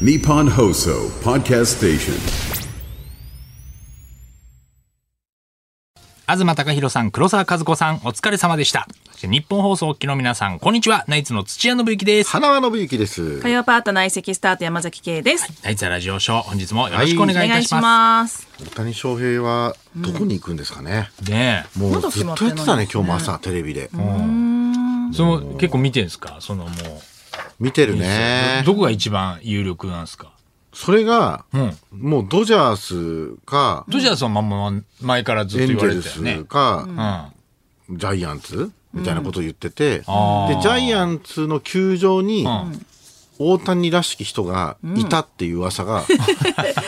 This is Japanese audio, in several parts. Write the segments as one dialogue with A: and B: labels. A: Nippon Hoso Podcast Station.
B: 東貴博さん、黒沢和子さん、お疲れ様でした。そして日本放送をお聞きの皆さん、こんにちは。ナイツの土屋信之です。
C: 花輪信之です。
D: 火曜パート内席スタート山崎圭です、
B: ナイツラジオショー、本日もよろしくお願
D: お
B: いい
D: 願
B: た
D: い
B: し
D: し
B: ま
D: ます
C: 大谷翔平はどこに行くんですかね。
B: す。ねえ。
C: も
D: ま
C: う
D: だ
C: ず
D: 決ま
C: っ
D: っ
C: と
D: て
C: や
D: な
C: っ
D: い
C: てたね、今日も朝テレビで。
B: その、結構見てんですかそのもう、
C: 見てるね。
B: どこが一番有力なんですか
C: それが、
B: ん
C: もうドジャースか、
B: ドジャースはまんま前からずっ
C: エ
B: と
C: ン
B: 言
C: ジ
B: われ
C: ェル
B: てたよね。
C: ス
B: うん。
C: か、
B: あ
C: ジャイアンツみたいなことを言ってて、で、ジ
B: あー
C: ャイアンツの球場に
B: ん、
C: 大谷らしき人がいたっていう噂 が、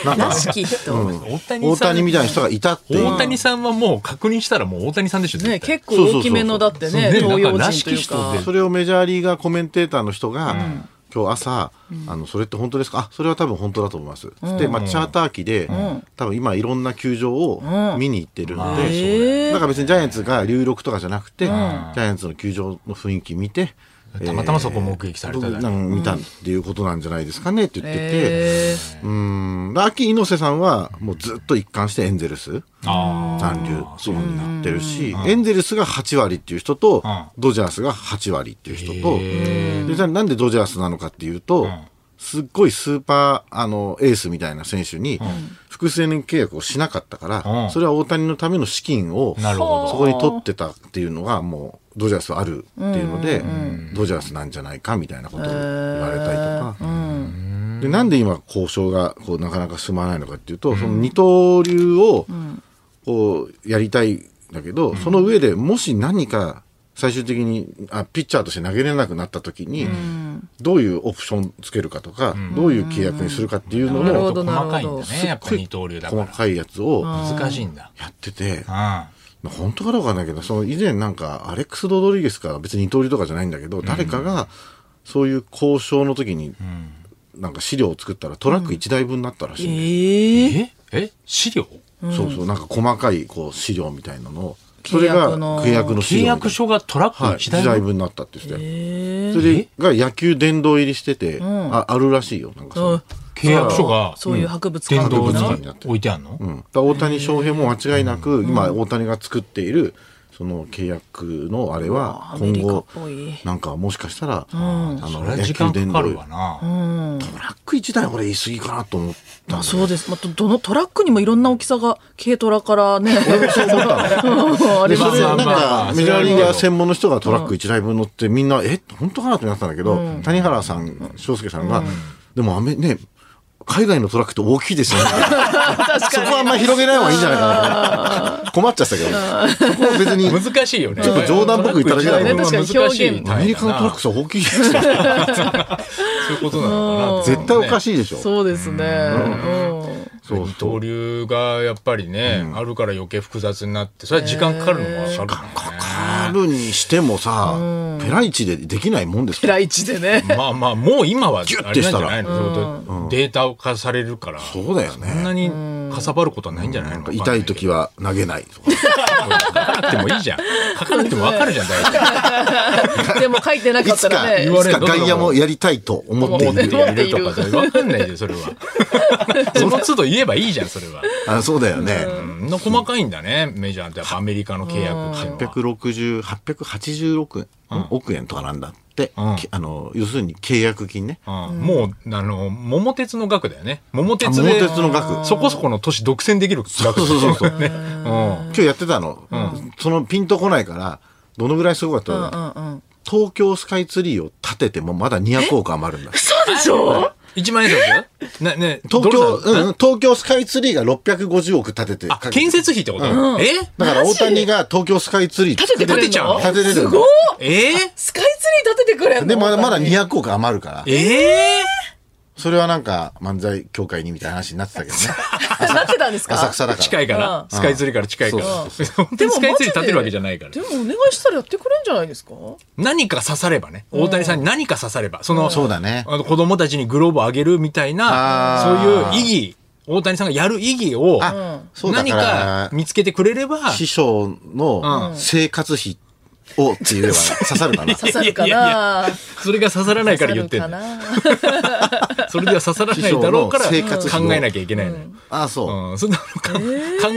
C: なん
D: ら
C: か、
D: しき人、
B: 大谷
C: 大
B: さん
C: 谷みたいな人がいたっていう。
B: 大谷さんはもう確認したらもう大谷さんでしょ、
D: ね
B: 絶対
D: 結構大きめの
C: そ
D: だ
C: う
D: って
B: そう
D: ね
B: ね
D: 東洋
B: なんから
D: 人という
B: ら
D: か
B: しき人
C: それをメジャーリーガーコメンテーターの人が、今日朝、あの、それって本当ですかあ、それは多分本当だと思います。で、まあ、チャーター機で、多分今いろんな球場を見に行ってるん
B: うん
C: で、だから別にジャイアンツが流録とかじゃなくて、ジャイアンツの球場の雰囲気見て、
B: たまたまそこ目撃されただけ
C: うん見たっていうことなんじゃないですかねって言ってて、
D: え
C: うん、で秋猪瀬さんはもうずっと一貫してエンゼルス。
B: あ
C: 残留そうになってるし、エンゼルスが8割っていう人と、
B: うん
C: ドジャースが8割っていう人と、
B: へ
C: でじゃあなんでドジャースなのかっていうと、すっごいスーパーあのエースみたいな選手に複数年契約をしなかったから、
B: うん
C: それは大谷のための資金を
B: あ。なるほど。
C: そこに取ってたっていうのがもうドジャースはあるっていうので、ドジャースなんじゃないかみたいなことを言われたりとか、でなんで今交渉がこうなかなか進まないのかっていうと、その二刀流をこうやりたいんだけど、その上でもし何か最終的にあピッチャーとして投げれなくなった時に、どういうオプションつけるかとか、どういう契約にするかっていうの
D: なるほ
C: も
D: ど
B: 細かいんだね。やっぱ
C: すっごい
B: 二刀流だか
C: 細
B: ら。
C: かいやつを
B: 難しいんだ。
C: やってて。
B: う
C: 本当かどうかわかんないけど、その以前なんか、アレックス・ロドリゲスか、別に二刀流とかじゃないんだけど、誰かが、そういう交渉の時に、なんか資料を作ったらトラック1台分になったらしいんだよ、
D: え
B: ん。ええ資料
C: そうそう、なんか細かいこう資料みたいなのを、そ
D: 契
C: れが
D: 約の
C: 契約の資
B: 契
C: 料みたいな。
B: 約書がトラッ
C: は
B: ク
C: い、
B: 一
C: 1
B: 台
C: 台
B: 分
C: 分になったって言ってたよそれが野球殿堂入りしてて、ああるらしいよ、なんかその
B: 契約書が
D: そういう博物
B: 電
D: 館
B: 動
D: 的な
B: に置いてあるの
C: うん、だから大谷翔平も間違いなく、今大谷が作っているその契約のあれは
D: うわアメ
C: 今
D: リカっ
C: 後
D: ぽい
C: なんかもしかしたら、あ
B: そ
C: の
B: れは時間かかるわ
C: ト
B: な。
C: ラック1台はこれ言い過ぎかなと思ったんだけど
D: そうですまたどのトラックにもいろんな大き さが軽トラからねあ
C: で
D: り
C: そ
D: ま
C: れ
D: す
C: で
D: よ
C: な
B: まあまあま
C: んか
B: あ
C: メジャーリーガー専門の人がトラック1台分乗ってみんなえ本当かなってなったんだけど、谷原さん翔介さんが、でもあめね海外のトラックって大きいですよねそこはあんま広げない方がいいんじゃないかな困っちゃったけどそこは別に
B: 難しいよね。
C: ちょっと冗談っぽく言っただけだけ
B: ト
C: ど
B: ラック一台分は難しいみたいな
C: アメリカのトラックさ大きいですよ
B: そういうことなのかな。
C: 絶対おかしいでしょ。
D: そうですね、うん
C: そう
B: 二刀流がやっぱりね、あるから余計複雑になって、それは時間かかるのはわかる。
C: かかるにしてもさ、ペライチでできないもんです
D: ペ
C: か
D: ライチでね
B: まあまあ、もう今は、あ
C: ギュッ
B: れな
C: て
B: ん
C: し
B: じ
C: た
B: ゃ
C: ら
B: ないのそういうことデータ化されるから、そ
C: そうだよ
B: んな
C: ね。
B: にかさばることはないんじゃないのか
C: 痛い時
B: は。
C: は投げない とか。
B: 書かなくてもいいじゃ ん。書かなくてもわかるじゃん、大体。
D: でも書いてないかっ
C: つ
D: たら
C: か、
D: ね
C: い
B: 言われる
C: つか外野もやりたいと思って
B: 持
C: い
B: って
C: る。
B: いるとかそれ分かんないでそれは その都度言えばいいじゃんそれは
C: あそうだよね。
B: うんの細かいんだねメジャーってやっぱアメリカの契約っていうのは
C: 860、886億円,、億円とかなんだって、
B: うん
C: きあの、要するに契約金ね。
B: うんもうあの桃鉄の額だよね桃鉄で
C: あ桃鉄の額
B: そこそこの都市独占できる額
C: そうそうそう そう。
B: ねうん
C: 今日やってたの、そのピンとこないから、どのぐらいすごかったのか、東京スカイツリーを建ててもまだ200億余るんだ。
D: そうでしょ
B: 1万円札ねね
C: 東京、
B: ドルさん
C: うん、東京スカイツリーが650億建てて。
B: あ建設費ってことえ
C: だから大谷が東京スカイツリー
D: 立ててく
B: 立
D: れんの
B: てちゃうの
C: 建てれる
D: すごい
B: え
D: スカイツリー立ててくれんの
C: で、まだまだ200億余るから
B: え、え
C: それはなんか漫才協会にみたいな話になってたけどね。
D: なってたんですか
C: 浅草だ
B: ー
C: か
B: 近いから、
D: うん
B: スカイツリーから近いから、 本当にスカイツリー建てるわけじゃないから
D: でもお願いしたらやってくれんじゃないですか
B: 何か刺さればね、大谷さんに何か刺されば、その、
C: そうだね
B: あの子供たちにグローブあげるみたいな、そう
C: あ
B: いう
C: ー
B: 意義、大谷さんがやる意義を
C: あそう、だか
B: 何
C: ら
B: か見つけてくれれば
C: ら。、師匠の生活費をって言えば刺さるかな。
D: 刺さるか
B: いやいやい
D: な
B: それが刺さらないから言ってん
D: 刺
B: だよ
D: さるかな
B: それでは刺さらないだろうから
C: 師匠の生活費の
B: 考えなきゃいけないのよ、
C: ああ、そう。
B: うん、そんなの考え考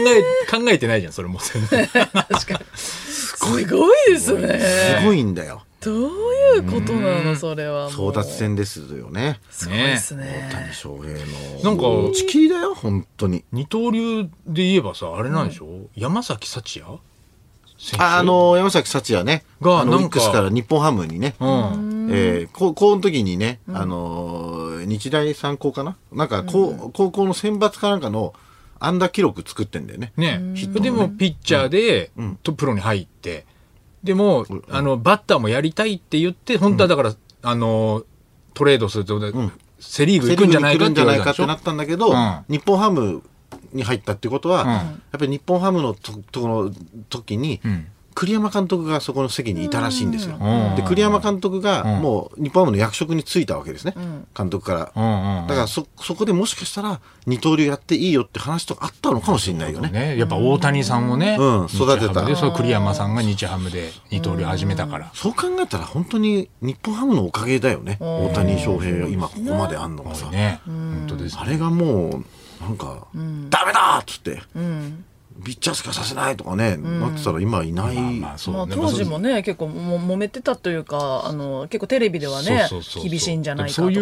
B: え考えてないじ ゃんそれも全然
D: 確かに。すごいですね。
C: すごいんだよ。
D: どういうことなの、それは。
C: 争奪。戦ですよね。
D: すごいですね。
C: 大谷翔平
B: なんか
C: の。打ち切りだよ、本当に。
B: 二刀流で言えばさあれなんでしょ、山崎幸也選手
C: ああの、山崎幸也ね。
B: が
C: あの
B: なん
C: オ
B: か
C: リックスから日本ハムにね。
B: うん
C: えー、高校の時にね、あのー日大三高かななんか高、高校の選抜かなんかの安打記録作ってんだよね。
B: ねでもピッチャーで、とプロに入ってでも、あのバッターもやりたいって言って本当はだから、あのトレードするってことで、セ・リーグ行くんじゃないかって
C: セ
B: 言わ
C: リー
B: れ
C: グ行
B: たんで
C: くんじゃ
B: しょ
C: ないかってなったんだけど、
B: うん
C: 日本ハムに入ったってことは、
B: うん
C: やっぱり日本ハムのととこの時に、
B: ん
C: 栗山監督がそこの席にいたらしいんですよ。
B: ん
C: で栗山監督が
B: ん
C: もう日本ハムの役職に就いたわけですね、監督から。
B: うんうん
C: だからそそこでもしかしたら二刀流やっていいよって話とかあったのかもしれないよね。
B: ね、やっぱ大谷さんをね、
C: うん
B: 日ハムで
C: 育てた
B: そう栗山さんが日ハムで二刀流始めたから、
C: そう考えたら本当に日本ハムのおかげだよね。大谷翔平が今ここまであんのがさ。
B: ね、本当です
C: あれがもうなんか、ダメだっつって、ピッチャーしかさせないとかね、なってたら今いない、
B: まあそう
D: まあ、
B: ね
D: 当時もね結構も揉めてたというかあの結構テレビではね
B: そうそうそうそう
D: 厳しいんじゃないかとかって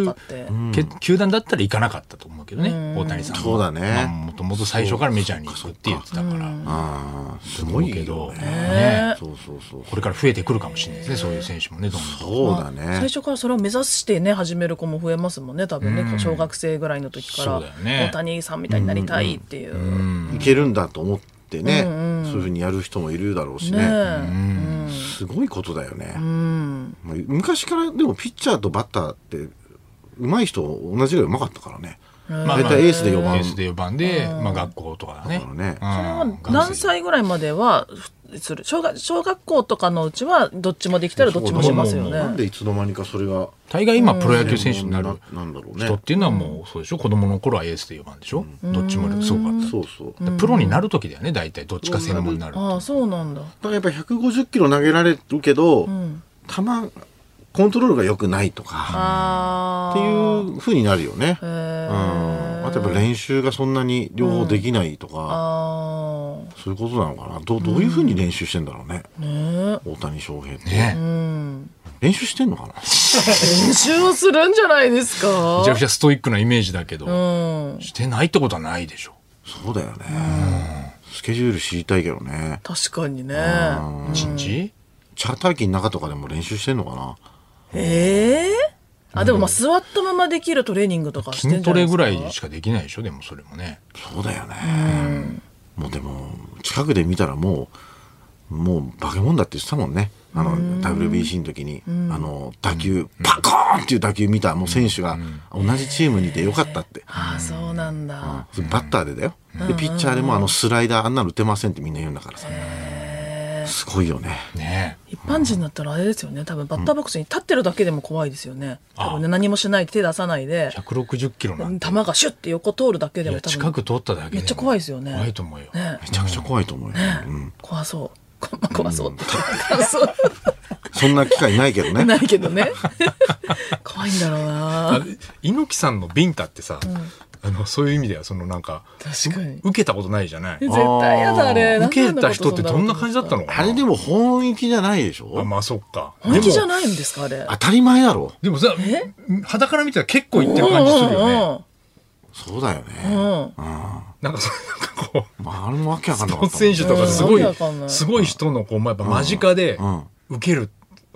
B: そういうけ球団だったら行かなかったと思うけどね、大谷さんは
C: そうだね
B: まあもともと最初からメジャーに行くって言ってたから、
C: あーす
B: 思
C: ご
B: う
C: い
B: けど、
C: ね
B: ね、
C: そうそうそう
B: これから増えてくるかもしれないですねそういう選手もねどんどん。
C: そうだね、
D: 最初からそれを目指してね始める子も増えますもんね多分ね、小学生ぐらいの時から、
B: そうだよね
D: 大谷さんみたいになりたいっていう、
C: いけるんだと思ってね、そういうふうにやる人もいるだろうしね
D: ねえ
C: すごいことだよね、まあ昔からでもピッチャーとバッターって上手い人同じぐらいうまかったからね、
B: まあ
C: 大体エースで4番
B: エースで4番で、まあ学校とかね。
C: だから
B: う
C: ね
B: ん学生
D: 何歳ぐらいまではふする小学小学校とかのうちはどっちもできたらどっちもしますよ
C: なん
D: ね。
C: でいつの間にかそれが
B: 大概今プロ野球選手になる
C: んだろうね
B: 人っていうのはもうそうでしょ子供の頃はエースで4番でしょどっちもすごかった。
C: そうそう
B: だからプロになる時だよね大体どっちか専門になると。
D: ああそうなんだ。
C: だからやっぱ150キロ投げられるけど、球コントロールが良くないとか
D: ああ
C: っていうふうになるよね。うん、
D: えー
C: あとやっぱ練習がそんなに両方できないとか、
D: あー
C: そういうことなのかなどうどういうふうに練習してんだろうね、大谷翔平って、
B: ね
C: 練習してんのかな
D: 練習をするんじゃないですか
B: めちゃくちゃストイックなイメージだけど、
D: うん
B: してないってことはないでしょ。
C: そうだよね、スケジュール知りたいけどね
D: 確かにね
B: 一日
C: チャーター機の中とかでも練習してんのかな
D: ええあでもまあ座ったままできるトレーニングとかして
B: 筋
D: んじゃ
B: ト
D: ない
B: レ
D: で
B: ぐ
D: すから
B: いしかできないでしょでもそれもね。
C: そうだよね、もうでも近くで見たらもうもう化け物だって言ってたもんねあの WBC の時に、あの打球パコーンっていう打球見たもう選手が同じチームにいてよかったって、
D: ああそうなんだ
C: それバッターでだよ、でピッチャーでもあのスライダーあんなの打てませんってみんな言うんだからさ、すごいよね
B: ね
D: 一般人だったらあれですよね多分バッターボックスに立ってるだけでも怖いですよね多分ね何もしない手出さないで
B: 160キロなんて
D: 球がシュッて横通るだけでも多分
B: 近く通っただけで
D: めっちゃ怖いですよね
B: 怖いと思うよ。
D: ね
C: めちゃくちゃ怖いと思うよ、うん、
D: 怖そうこ怖そうって怖そう
C: そんな機会ないけどね
D: ないけどね怖いんだろう
B: あ
D: な
B: 猪木さんのビンタってさ、あのそういう意味ではそのなんか
D: 確かに
B: 受けたことないじゃない
D: 絶対やだあれ
B: 受けた人ってどんな感じだった
D: の
B: のかな
C: あれでも本域じゃないでし
B: あ
C: ょ
B: まあそっかで
D: 本気じゃ
B: も
D: ないんですかあれ
C: 当たり前だろ
B: でもさ肌から見たら結構いってる感じするよね
C: そうだよね、
B: なんかそうなんかこう
C: まあ、あれもわけわかん
B: ス
C: な
B: ポ
C: か
B: ー
C: った
B: ツ
C: もんね
B: 選手とかすごい
D: うんわけわかんない
B: すごい人のこうまあやっぱ間近で
C: ん
B: 受ける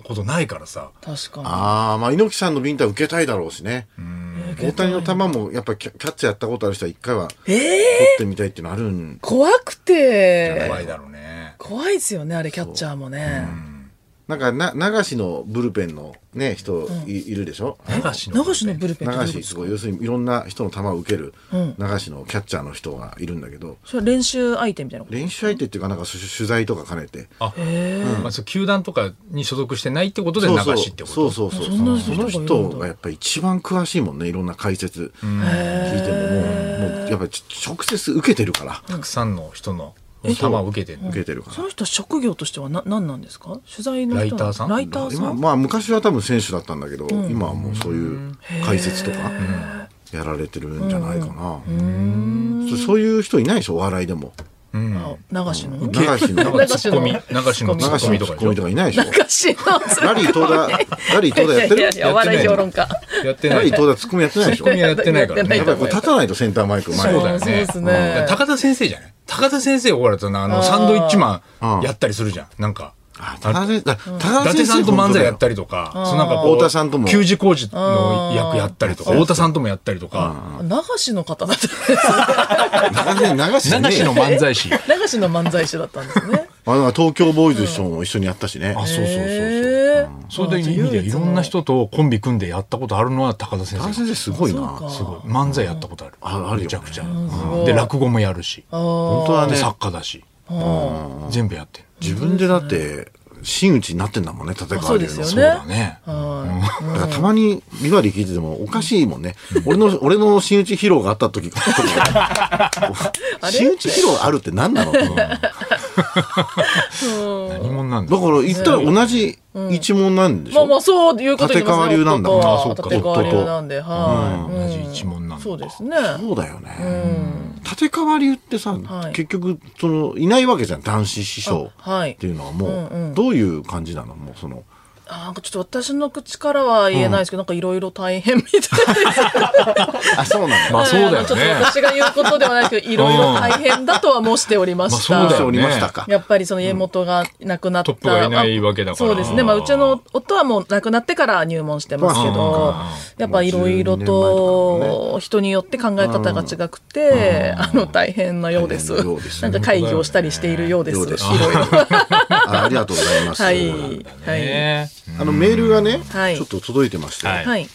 B: ことないからさ
D: 確か
C: ああ、まあ、猪木さんのビンタ受けたいだろうしね。大谷の球も、やっぱりキャキャッチャーやったことある人は一回は、
D: にえ
C: 取
D: え
C: ってみたいっていうのあるん。
D: 怖くて
B: 怖いだろうね
D: 怖いですよねあれキャッチャーもね
C: なんか、な、流しのブルペンのね、人い,、いるでしょ
B: 流しの
D: 流しのブルペンってどう
C: 流
D: いうこと
C: し、すごい、要するにいろんな人の球を受ける、流しのキャッチャーの人がいるんだけど、
D: それ練習相手みたいなこと
C: 練習相手っていうか、なんか取取材とか兼ねて。
B: あ、まあ、そう球団とかに所属してないってことで流しってこと
C: そうそうそうそう
D: そんな
C: そ
D: 人
C: の
D: がいるんだ
C: 人がやっぱり一番詳しいもんね、いろんな解説聞いても、もう、もうやっぱりち直接受けてるから。
B: たくさんの人の球を受けてる
C: 受けてるか
D: そ
C: ら
D: の人職業としてはな何なんですか取材の人
B: ライターさん
D: ライターさ
C: 今
D: ん
C: まあ昔は多分選手だったんだけど、今はもうそういう解説とかやられてるんじゃないかな、そそういう人いないでしょお笑いでも
D: あ流しの流
C: 流
B: 流し
C: しの
B: のツッコミ流しのツ
C: 流
B: ッ
C: し
B: コ
C: の
B: ミと
C: ツ
B: か
C: ッ
B: でし
C: コミと
B: ょ
C: かいないでしょ
D: しのツッ
C: ラリー東田ラリー東田やって
D: コミい
C: る
D: やいやお笑い評論家
B: やって
C: ラ
B: ない
C: リー
B: ツ
C: 東田ツッコミやってないでし
B: ッ
C: ょ
B: コミはやってないからね
C: やっぱりこう立たないとセンターマイク前に
B: そうだよ
D: そうですね
B: ねうん高田先生じゃない高田先生おられたなあのサンドイッチマンやったりするじゃんなんか
C: あ高田先生だ高
B: 伊
C: 田
B: 達
C: 先
B: さ
C: 生
B: んと漫才やった
C: り
B: りとか、そのなんかこう
C: 太田さんとも
B: 給仕工事の役やったりとか、太田さんともやったりとか、
D: 流しの方だったんですね
C: 高田先生流し
B: 流しの漫才師。
D: 流しの漫才師だったんですね
C: あの東京ボーイズ師匠も一緒にやったしね、
B: あ、 そうそうそうそう。
D: へえ
B: そういう意味でいろんな人とコンビ組んでやったことあるのは高田先
C: 高田
B: 生。
C: 先生すごいな
B: すごい。漫才やったことある。
C: ああるよね
B: めちゃくちゃ。で、落語もやるし。
C: 本当は
B: で
C: ね
B: 作家だし。全部やってる。
C: 自分でだって真打ちになってんだもんね立川
D: そう
C: 流
D: で
C: の
D: すよ
B: そう
D: ね
B: だね。
C: だからたまにビバリー聞いててもおかしいもんね。俺の、俺の真打ち披露があった時 真打ち披露あるって何なのだから
B: 何者なんだ。
C: 言ったら同じ一問なんでし
D: まあ
C: ょ、
D: まあそういうことになりますね
C: 立川流なんだ
D: 夫と
C: あ
B: そうか
D: 立川流なんでは
B: 同じ一門なん
D: い
B: だ。
D: そうですね
C: そうだよね。立川流ってさ、
D: はい
C: 結局、その、いないわけじゃん。男子師匠
D: はい
C: っていうのはもう、どういう感じなのもうその、
D: あなんかちょっと私の口からは言えないですけど、なんかいろいろ大変みたいです。
C: あ、そうなんだ。
B: まあそうだよね
D: ちょっと私が言うことではないですけど、いろいろ大変だとは申しておりました。
B: まあそうだ
C: して
B: よ
C: おりましたか。
D: やっぱりその家元が亡くなった、
B: トップがいないわけだから
D: そうですね。まあ、うちの夫はもう亡くなってから入門してますけど、やっぱいろいろと人によって考え方が違くて、あの、大変なようです
C: 大変なようで。す
D: なんか会議をしたりしているようです。
C: よ
D: いう
C: です
D: ろいろ。
C: あありがとうございます。
D: はい。はい。
B: ね
C: あの、メールがね、
D: はい
C: ちょっと届いてまして、
B: はい
D: はい。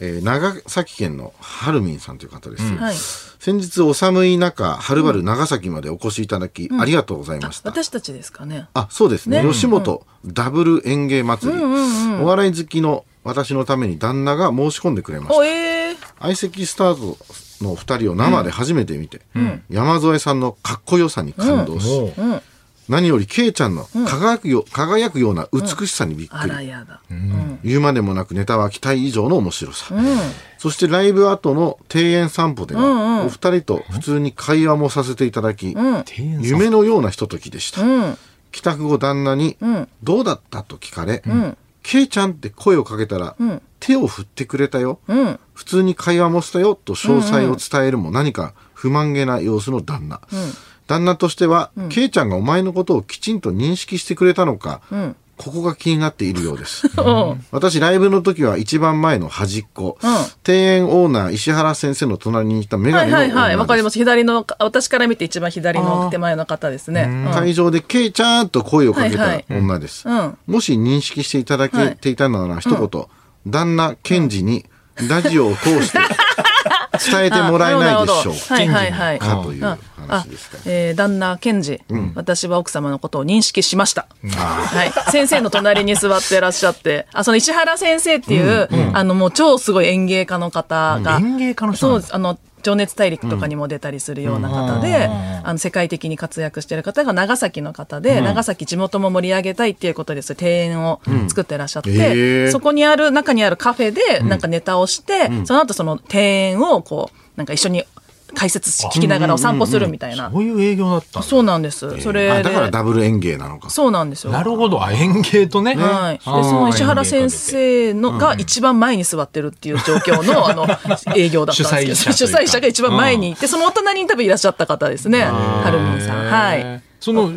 C: えー長崎県のはるみんさんという方です、
D: はい
C: 先日お寒い中はるばる長崎までお越しいただき、ありがとうございました、
D: 私たちですかね。
C: あそうですね吉本、ダブル園芸祭り、お笑い好きの私のために旦那が申し込んでくれました
D: お、えー。
C: 相席スタートのお二人を生で初めて見て、山添さんのかっこよさに感動し、何よりケイちゃんの輝くよ,、輝くような美しさにびっく
D: あ
C: り、
D: らやだ。
C: 言うまでもなくネタは期待以上の面白さ、そしてライブ後の庭園散歩ではお二人と普通に会話もさせていただき、
B: 庭園
C: 夢のようなひとときでした、帰宅後旦那に「どうだった?」と聞かれ「ケイちゃん」って声をかけたら「手を振ってくれたよ」普通に会話もしたよ」と詳細を伝えるも何か不満げな様子の旦那、旦那としては、ケイちゃんがお前のことをきちんと認識してくれたのか、ここが気になっているようです。私、ライブの時は一番前の端っこ、庭園オーナー石原先生の隣にいたメガ
D: は
C: ネ
D: い
C: のオ
D: は
C: ー
D: い
C: ナー
D: はい。わかり
C: です
D: ます。左の、私から見て一番左の手前の方ですね。うん
C: 会場でケイちゃんと声をかけ
D: はい
C: た
D: はい
C: 女です。
D: うん
C: もし認識していただけていたなら一言、旦那ケンジにラジオを通 して伝えてもらえないでしょう
D: あなるほどはいはいはい。
C: かという
D: ああ
C: 話ですか、ね。
D: えー旦那賢治、私は奥様のことを認識しました。はい、先生の隣に座ってらっしゃって、あ、その石原先生っていう、あのもう超すごい園芸家の方が、
B: 園芸家の人
D: そ
B: なん
D: う
B: だ
D: あの情熱大陸とかにも出たりするような方で、あの世界的に活躍してる方が長崎の方で、長崎地元も盛り上げたいっていうことでそういう庭園を作ってらっしゃって、
C: うんへー
D: そこにある中にあるカフェでなんかネタをして、その後その庭園をこうなんか一緒に解説し聞きながらお散歩するみたいな、
B: そういう営業だったんだ
D: そうなんです、それ
C: あだから
D: で
C: ダブル園芸なのか。
D: そうなんですよ
B: なるほど。あ、園芸とね。
D: はい、でその石原先生のが一番前に座ってるっていう状況のあの営業だったんですけど
B: 主
D: 主
B: 催者というか
D: 催者が一番前にいてそのお隣に多分いらっしゃった方ですねはるみんさんはい。
B: その、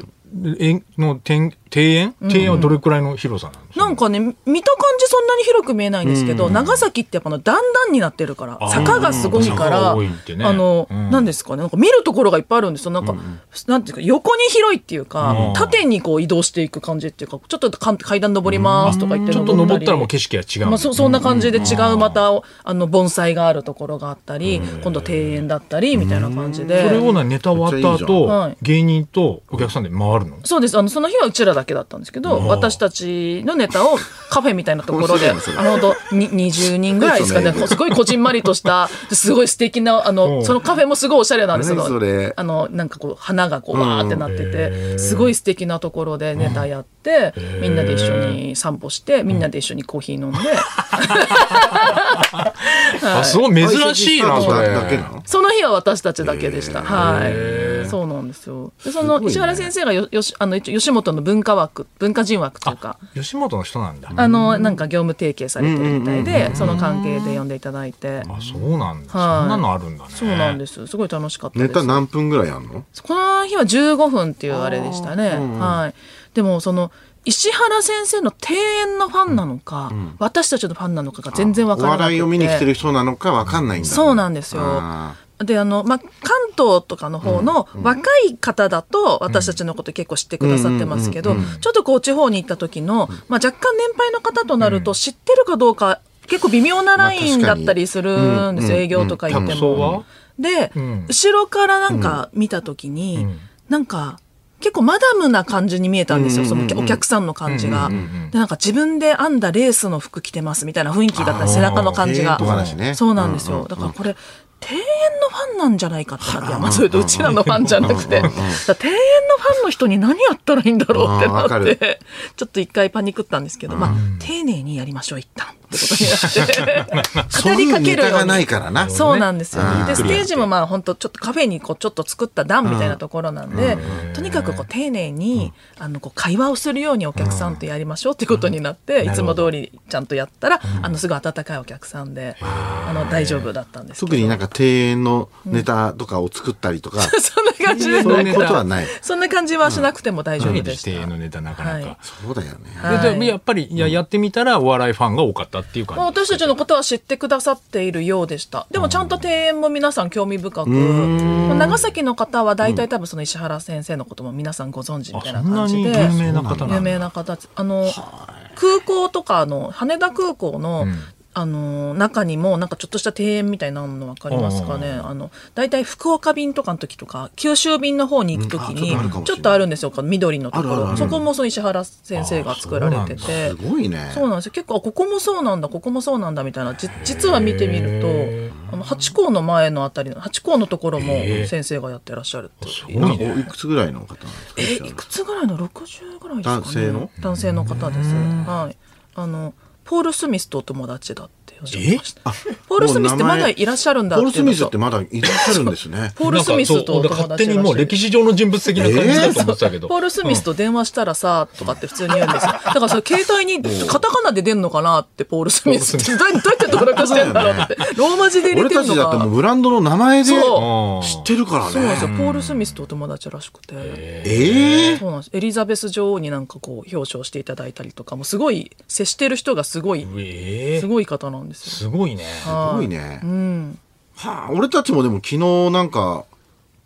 B: 園の庭庭園庭園はどれくらいの広さなんですか
D: なんかね見た感じそんなに広く見えないんですけど、長崎ってやっぱあの段々になってるから
B: あ
D: 坂がすごいか
B: 坂
D: ら、
B: が多いってね
D: あの、
B: うん
D: なんですかねなんか見るところがいっぱいあるんですよなんか、なんていうか横に広いっていうか、
B: うん
D: 縦にこう移動していく感じっていうかちょっとかん階段登りますとか言って
B: ちょっと登ったらもう景色が違う。
D: まあ、そそんな感じで違うまたあの盆栽があるところがあったり今度庭園だったりみたいな感じ
B: それ
D: で
B: をなネタ終わった
C: めっちゃいい
B: 後
D: じゃんはい
B: 芸人とお客さんで回るの
D: そうですあのその日はうちらだけだったんですけど、私たちのネタを カフェみたいなところで、あ
C: 面白いなそれ
D: の、ほんとに20人ぐらいですか
C: そ
D: ね、
C: うですよね
D: すごいこじんまりとした、すごい素敵な、あ
B: うん
D: の、そのカフェもすごいおしゃれなんですよ。
C: 何それ
D: あの、なんかこう、花がこう、わーってなってて、すごい素敵なところでネタやって、みんなで一緒に散歩して、みんなで一緒にコーヒー飲んで、
B: あ、すごい珍しいな、それ。
C: だけなの
D: その日は私たちだけでした。
B: へ
D: は
B: ー
D: い。そうなんですよ。で、そ
C: すご
D: の
C: いね
D: 石原先生がよ、よし、あの、一応吉本の文化枠、文化人枠というか、
B: 吉本の人なんだ。
D: あの、なんか業務提携されてるみたいで、その関係で呼んでいただいて。
B: あ、そうなんだ。そんなのあるんだね。
D: そうなんです。すごい楽しかった
C: ネ
D: です。
C: タ何分ぐらいやんの
D: この日は15分っていうあれでしたね。はい。でも、その、石原先生の庭園のファンなのか、私たちのファンなのかが全然わ
C: お
D: からなくて。
C: 笑いを見に来てる人なのかわかんないんだ
D: そうなんですよ
C: あ
D: であの、まあ、関東とかの方の若い方だと私たちのこと結構知ってくださってますけど、ちょっとこう地方に行った時の、まあ、若干年配の方となると知ってるかどうか結構微妙なラインだったりするんですよ、営業とか行って
B: 客層は
D: も。で、
B: ん
D: 後ろからなんか見た時に、なんか結構マダムな感じに見えたんですよ、そのお客さんの感じが。でなんか自分で編んだレースの服着てますみたいな雰囲気だったり背中の感じ
C: え
D: が
C: えと話ね
D: そうなんですよ。だからこれ、庭園のファンなんじゃないかってなって、いやまあ、それとうちらのファンじゃなくて、だから庭園のファンの人に何やったらいいんだろうって
C: あーわか
D: なっ
C: る
D: て、ちょっと一回パニックったんですけど、まあ、丁寧にやりましょう、一旦ってことにな って、
C: そういうネタがないからな
D: そうなんですよ
C: あー。
D: で、ステージもまあ本当ちょっとカフェにこうちょっと作った段みたいなところなんで、とにかくこう丁寧に、あの、こう会話をするようにお客さんとやりましょうってことになって、いつも通りちゃんとやったら、あの、すごい温かいお客さんで、あの、大丈夫だったんですけど。
C: 特になんか庭園のネタとかを作ったりとか、
D: そんな感じで
C: そう
D: ないいう
C: ことはない。
D: そんな感じはしなくても大丈
B: 何
D: 夫
B: で
D: で
B: して
D: した。
B: のネタなかな
D: は
B: か。
C: そうだよね。
D: はい
B: ででもやっぱり、いややってみたらお笑いファンが多かったっていう
D: まあ
B: 感じ。
D: 私たちのことは知ってくださっているようでした。でもちゃんと庭園も皆さん興味深く、まあ長崎の方は大体多分その石原先生のことも皆さんご存知み
B: あ、
D: たい
B: そ
D: なん
B: な
D: 感じ
B: に
D: で。
B: 有名な方な
D: 有
B: んだ。
D: 名な方あの空港とかあの羽田空港の、あの中にもなんかちょっとした庭園みたいなの分かりますかねあの大体福岡便とかの時とか九州便の方に行く時
C: う
D: に
C: んあちょっとあるかもしれない
D: ちょっとあるんですよこの緑の
C: あ
D: とこ
C: るあるあ
D: ろ
C: る
D: そこもその石原先生が作られてて
C: すごいね。
D: そうなんですよ結構あここもそうなんだここもそうなんだみたいなじ実は見てみるとあの八甲の前のあたりの八甲のところも先生がやってらっしゃるっていう
C: なんかおいくつぐらいの方なんですか
D: えいくつぐらいの60ぐらいですか
C: 男性
D: ね
C: の
D: 男性の方ですはいあのポール・スミスとお友達だっておっしゃってましたポール・スミスってまだいらっしゃるんだ
C: ポール・ス
D: ていうの
C: ミ
D: と
C: スってまだいらっしゃるんですね。
D: ポール・スミスとお
B: なんかそう俺勝
D: 友
B: 手
D: 達
B: にもう歴史上の人物的な感じだと思ってたけど。
D: ポール・スミスと電話したらさ、とかって普通に言うんですよ。だからそれ携帯にカタカナで出んのかなって、ポール・スミスって。どうやって登録してんだろうって。ローマ字で入れ
C: 俺
D: てる
C: た
D: の
C: ち
D: か
C: だってもうブランドの名前で知
D: そう
B: あー
C: ってるから
D: そうなんですよ。
C: ね。
D: ポール・スミスとお友達らしくて。
C: ええ
D: そうなんですエリザベス女王になんかこう表彰していただいたりとかもうすごい接してる人がすごい
B: ええ
D: すごい方なんですよ。
B: すごいね。
C: すごいね。はあ、俺たちもでも昨日なんか、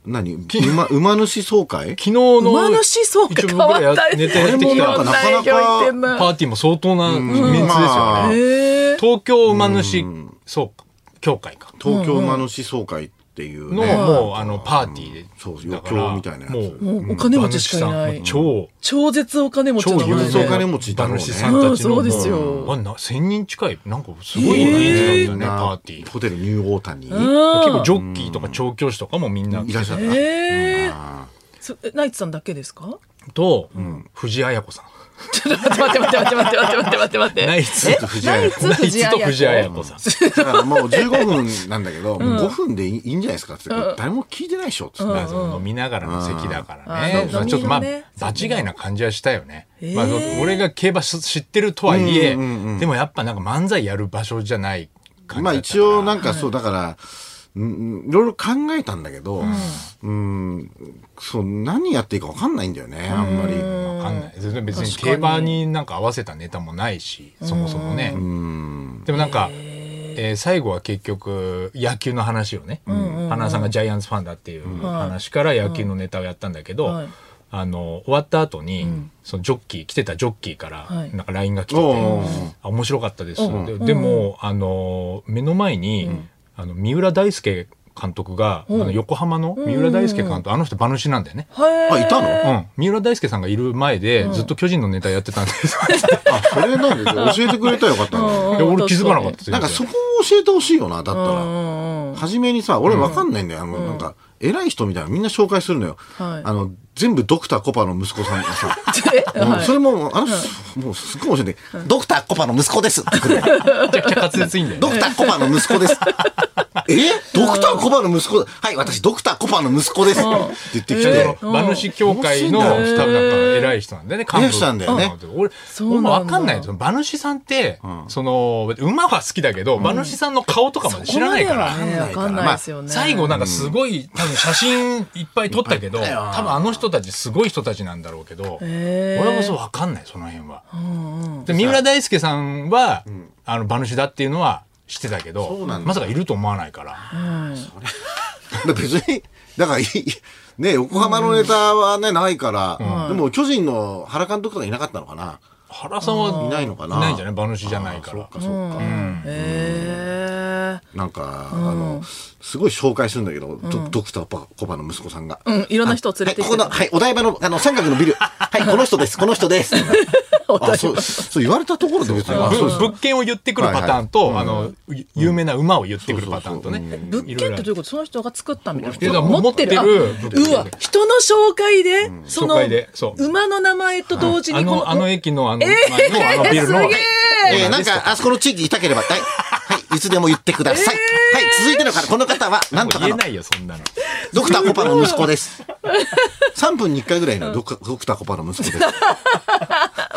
C: 何馬馬主総会
B: 昨日の
D: 馬主総会
B: 一応
D: 変
B: 僕ら
D: わ
B: や
D: った
B: ネタやって
C: あ
B: き
C: れも
B: た
C: なんか
B: パ
C: なかなか
B: ーティーも相当なメンツですよ
C: まあ
B: ね。
D: ええ
B: 東京馬主そう協会か
C: 東京馬主総会っていう
B: の
C: ね。
B: もうあのパーティーで
C: そう
B: だ
C: 余
B: から
C: 興みたいなやつ
B: もう
D: もうお金持ちしかいな
B: 馬主さんも
D: い。
B: 超
D: 超絶お金持ち
B: 超
D: の名
B: 有
D: 前
C: 絶お金
D: で。
C: 持ちだろう
B: 馬
C: ね
B: 主さんたちの
D: うんそうですよ
B: あな1000人近いなんかすごい人数だったねパーティー
C: ホテルニューオータニ。
B: 結構ジョッキーとか調教師とかもみんない
C: らっしゃった。
D: ええ
C: あ
D: そえナイツさんだけですか？
B: と藤あや子さん
D: ちょっと待って待って待って待って待って待って
B: ナ
D: 待って。
B: イツと
C: 藤あ
D: ナ
C: や
D: イ
C: 子
D: ツ
B: ナイ
D: 藤
B: ツ
D: あ
B: と
D: や
B: 藤あや子さん
C: ーだからもう15分なんだけど、もう5分でいいいいんじゃないですかって言って、誰も聞いてないでしょっつって。
B: まあ、その飲みながらの席だから
D: う
B: ねまあ
D: ん。あ飲みのね
B: ちょっとまあ、
D: 席
B: 場違いな感じはしたよね。
D: ー
B: まあ、俺が競馬し知ってるとはいえ、でもやっぱなんか漫才やる場所じゃない感じ
C: ま
B: だ
C: あ
B: ったか
C: 一
B: ら。
C: 応なんかそう、だから、うんいろいろ考えたんだけど、うん、そう、何やっていいか分かんないんだよね、あんまり。
B: わかんない。全然別に競馬になんか合わせたネタもないし、そもそもね。でもなんか、えー最後は結局野球の話をね、花さんがジャイアンツファンだっていう話から野球のネタをやったんだけど、
D: はい
B: あの終わった後に、そのジョッキー来てたジョッキーから
D: はい
B: なんか LINE が来てて、
C: おー
B: あ面白かったです、ででも、あの目の前に、あの三浦大輔監督が、あの横浜の三浦大輔監督、あの人馬主なんだよね。
D: は
C: あ、いた
B: う
C: の
B: ん。三浦大輔さんがいる前で、ずっと巨人のネタやってたん です。
C: あ、それなんで教えてくれたらよかったの
D: う
B: い
D: ん
B: や俺気づかなかったですよ
C: なんかそこを教えてほしいよな、だったら。初めにさ、俺わかんないんだよ。あの、なんか、偉い人みたいなみんな紹介するのよ。
D: はい
C: あの、全部ドクターコパの息子さんが さ。
D: え
C: もうそれも、あの、もうすっごい面白いね。ドクターコパの息子ですって来るの よ
B: めちゃくちゃ滑舌いいんだよ
C: ド
B: ね。
C: クターコパの息子 です。えドクターコパの息子はい、私ドクターコパの息子です。って言ってき
B: ち
C: て。
B: ょっと馬主協会の
C: うん
B: スタッフだから偉い人なんでね、
C: 偉い人なんだよね
B: うん俺、
D: う
B: 俺
D: なんだ
B: もわかんないです。馬主さんって、その、馬は好きだけど、馬主さんの顔とかまで知らないから。
D: ね、わかんないですよね。
B: 最後なんかすごい、多分写真いっぱい撮ったけど、
C: いっぱいあった
B: 多
C: よ
B: 分あの人たちすごい人たちなんだろうけど、
D: へー
B: 俺もそうわかんない、その辺は。で三浦大輔さんは、あの、馬主だっていうのは知ってたけ
C: そ
B: ど
C: うなん、だ
B: まさかいると思わないから。
C: だから別に、だからいい、ね、横浜のネタはね、ないから、でも巨人の原監督とかいなかったのかな。
B: 原さんはい
C: ないのかない
B: ないんじゃない馬主じゃないから。
C: あーそうか、そうか。
D: へー
C: なんか、あの、すごい紹介するんだけど、ドドクターパコバの息子さんが。
D: うんいろんな人を連れてき
C: は
D: て
C: い、ここの、はい、お台場の、あの、三角のビル。はい、この人です、この人 です。あ、そう、そう言われたところで別に。あ
B: ぶ
C: そうです
B: 物件を言ってくるパターンと、あの、ゆ有名な馬を言ってくるパターンとね。
D: 物件
B: い
D: っ
B: ろいろあ
D: てどう
B: る
D: いうことその人が作ったみたい
B: いやだから
D: な。
B: もう
D: あ
B: 持ってる物件
D: うわ、人の紹介で、その
B: 紹介でそう
D: 馬の名前と同時
B: あ
D: にこの、
B: の、あの駅のあの、前のあのビルの。
D: すげえ
C: えーなんか、あそこの地域いたければ、はい、はい、いつでも言ってください。はい、続いての方、この方は、なんとか
B: 言え
C: の、
B: ないよ、そんな の。
C: ドクターコパの息子です。3分に1回ぐらいのドクドクターコパの息子です。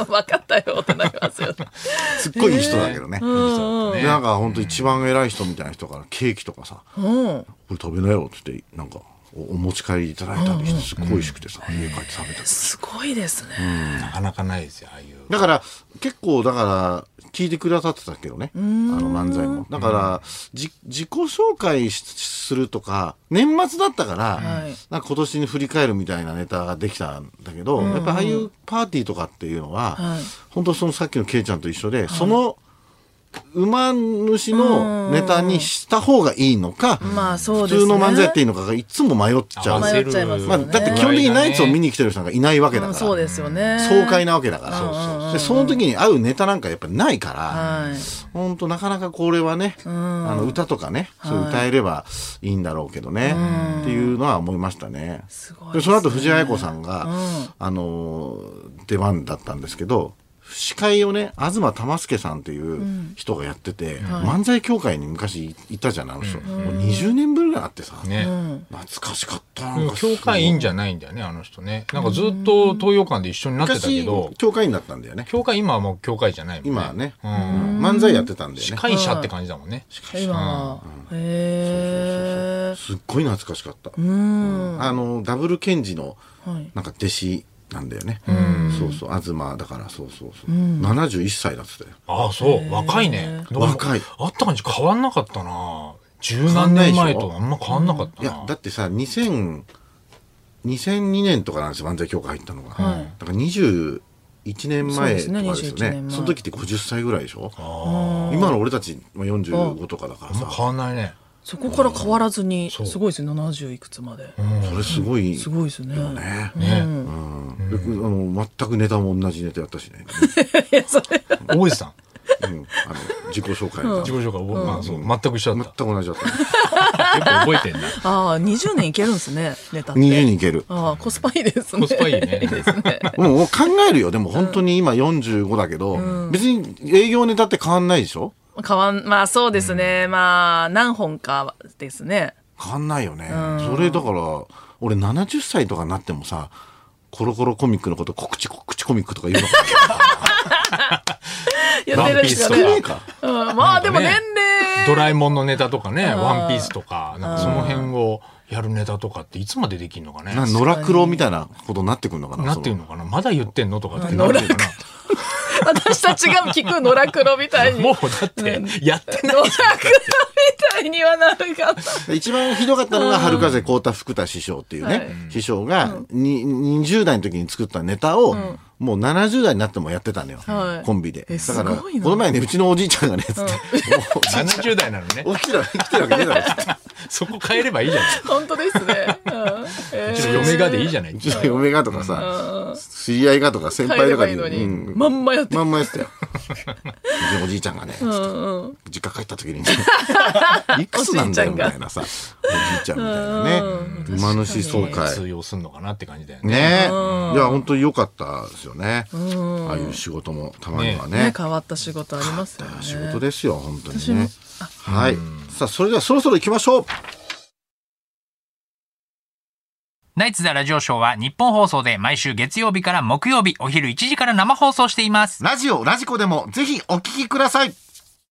D: 分かったよってなりますよ ね。
C: すっごいいい人だけどね。
B: ね
C: でなんか本当一番偉い人みたいな人からケーキとかさ「これ食べなよ」って言ってなんかおお持ち帰りいただいたりしてすっごい美味しくてさ家帰って食べたり
D: すごいですね。
B: なかなかないですよ、ああいう。
C: だから結構だから聞いてくださってたけどねあの漫才もだからじ自己紹介しするとか年末だったから、
D: はい
C: なんか今年に振り返るみたいなネタができたんだけど、やっぱああいうパーティーとかっていうのは、
D: はい
C: 本当そのさっきのケイちゃんと一緒で、その馬主のネタにした方がいいのか、
D: まあそう
C: 普
D: ですね。
C: 通の漫才やっていいのかがいつも迷っちゃう。
B: 合わ
D: 迷
B: せ
D: っ
B: る
D: ちゃいますよ
C: まあ、
D: ね
C: だって基本的にナイツを見に来てる人なんかいないわけだか
D: うん
C: ら。
D: そうですよね。
C: 爽快なわけだから、
B: そう
C: でその時に合うネタなんかやっぱないから、
D: はい
C: ほんとなかなかこれはね、あの歌とかね、そう歌えればいいんだろうけどね、っていうのは思いましたね。
D: すごい
C: で
D: です
C: そ
D: ね
C: の後藤あや子さんが、あのー出番だったんですけど司会をね東玉助さんっていう人がやってて、漫才協会に昔いたじゃないあの人、もう20年ぶりぐらいあってさ、
B: ね。
C: 懐かしかったな
B: で
C: ん
B: も
C: かすごい
B: 教会員じゃないんだよね、あの人ね。なんかずっと東洋館で一緒になってたけど
C: 昔、教会員だったんだよね
B: 教会今はもう教会じゃないもんね。
C: 今はね、
B: うん
C: 漫才やってたんだよ
B: 司
C: ね
B: 会者って感じだもんね。
D: 今、へえ。
C: すっごい懐かしかった、うんあのダブルケンジの
D: はい
C: なんか弟子なんだよね、そうそう東だからそうそうそう、71歳だっつったよ
B: ああ、そう。若いね。どうも
C: 若い
B: あった感じ変わんなかったな。十何年前とあんま変わんなかった
C: い
B: な。
C: やだってさ2000 2002年とかなんですよ漫才協会入ったのが、だから21年前とかです
D: そう
C: よ
D: ですね21
C: ね
D: 年
C: そ
D: 前
C: の時って50歳ぐらいでしょ今の俺たちまあ45とかだから
B: あんま
C: さ
B: 変わんないね。
D: そこから変わらずに、すごいですね、70いくつまで。
C: それすごい、
D: すごいです
C: ね
D: ね。
B: ね。
C: であの全くネタも同じネタやったしね、
D: いやそれ
B: 大石さん。
C: うんあの自己紹介の
B: 自己紹介、まあそう全く一緒だ
C: 全
B: っ
C: く
B: た。
C: 同じだった
B: 結構覚えてんな。
D: ああ、20年いけるんです ね、ネタって。
C: 20人いけ る。
D: ああ、コスパいいですね。
B: コスパいいね
D: いいですね。
C: もう考えるよ。でも本当に今45だけど、別に営業ネタって変わんないでしょ
D: 変わん、まあそうですね。まあ、何本かですね。
C: 変わんないよね。それだから、俺70歳とかになってもさ、コロコロコミックのこと、告知告知コミックとか言うのかな
D: 言ってるんですよ
B: ワンピースと
D: ね
C: ねえ。 か。
D: うんまあでも
B: な
D: 年
B: ん
D: 齢
B: かね。ドラえもんのネタとかね、ワンピースとか、なんかその辺をやるネタとかっていつまでできんのかね。
C: な野良黒みたいなことになってくるのかな
B: なっていう
C: の
B: のかなまだ言ってんのとかってなるのかな
D: 私たちが聞く野良黒みたいに。
B: もうだって、やってない。
D: 野良黒みたいにはらなかった。
C: 一番ひどかったのが春風幸太福太師匠っていうね、
D: はい
C: 師匠がに20代の時に作ったネタを、もう70代になってもやってたのよ、
D: はい
C: コンビで
D: え
C: だから
D: す
C: こ
D: ごいな
C: の前ねうちのおじいちゃんがねつって、
B: 70代なのね
C: 起きてる起きてるわけねえだろつって
B: そこ変えればいいじゃない
D: 本当ですね。うんえ
B: う
D: ー
B: ちの嫁がでいいじゃないう
C: ちの嫁がとかさ知り合いがとか先
D: 帰
C: 輩
D: れ
C: と
D: ば
C: か
D: いいのに、
C: うん
D: まんまやって、
C: まんまやってたようちのおじいちゃんがねつって実家帰った時 にねいくつなんだよみたいなさおじいちゃんみたいなね馬主総会
B: 通用すんのかなって感じだよね
C: ねえ。いや、本当に良かったですよね。ああいう仕事もたまにはね
D: ね。変わった仕事ありますよね
C: 仕事ですよ、本当
D: 私
C: に
D: も
C: ね。はい。さあ、それではそろそろ行きましょう。
E: ナイツザラジオショーは日本放送で毎週月曜日から木曜日お昼1時から生放送しています。
C: ラジオ、ラジコでもぜひお聞きください。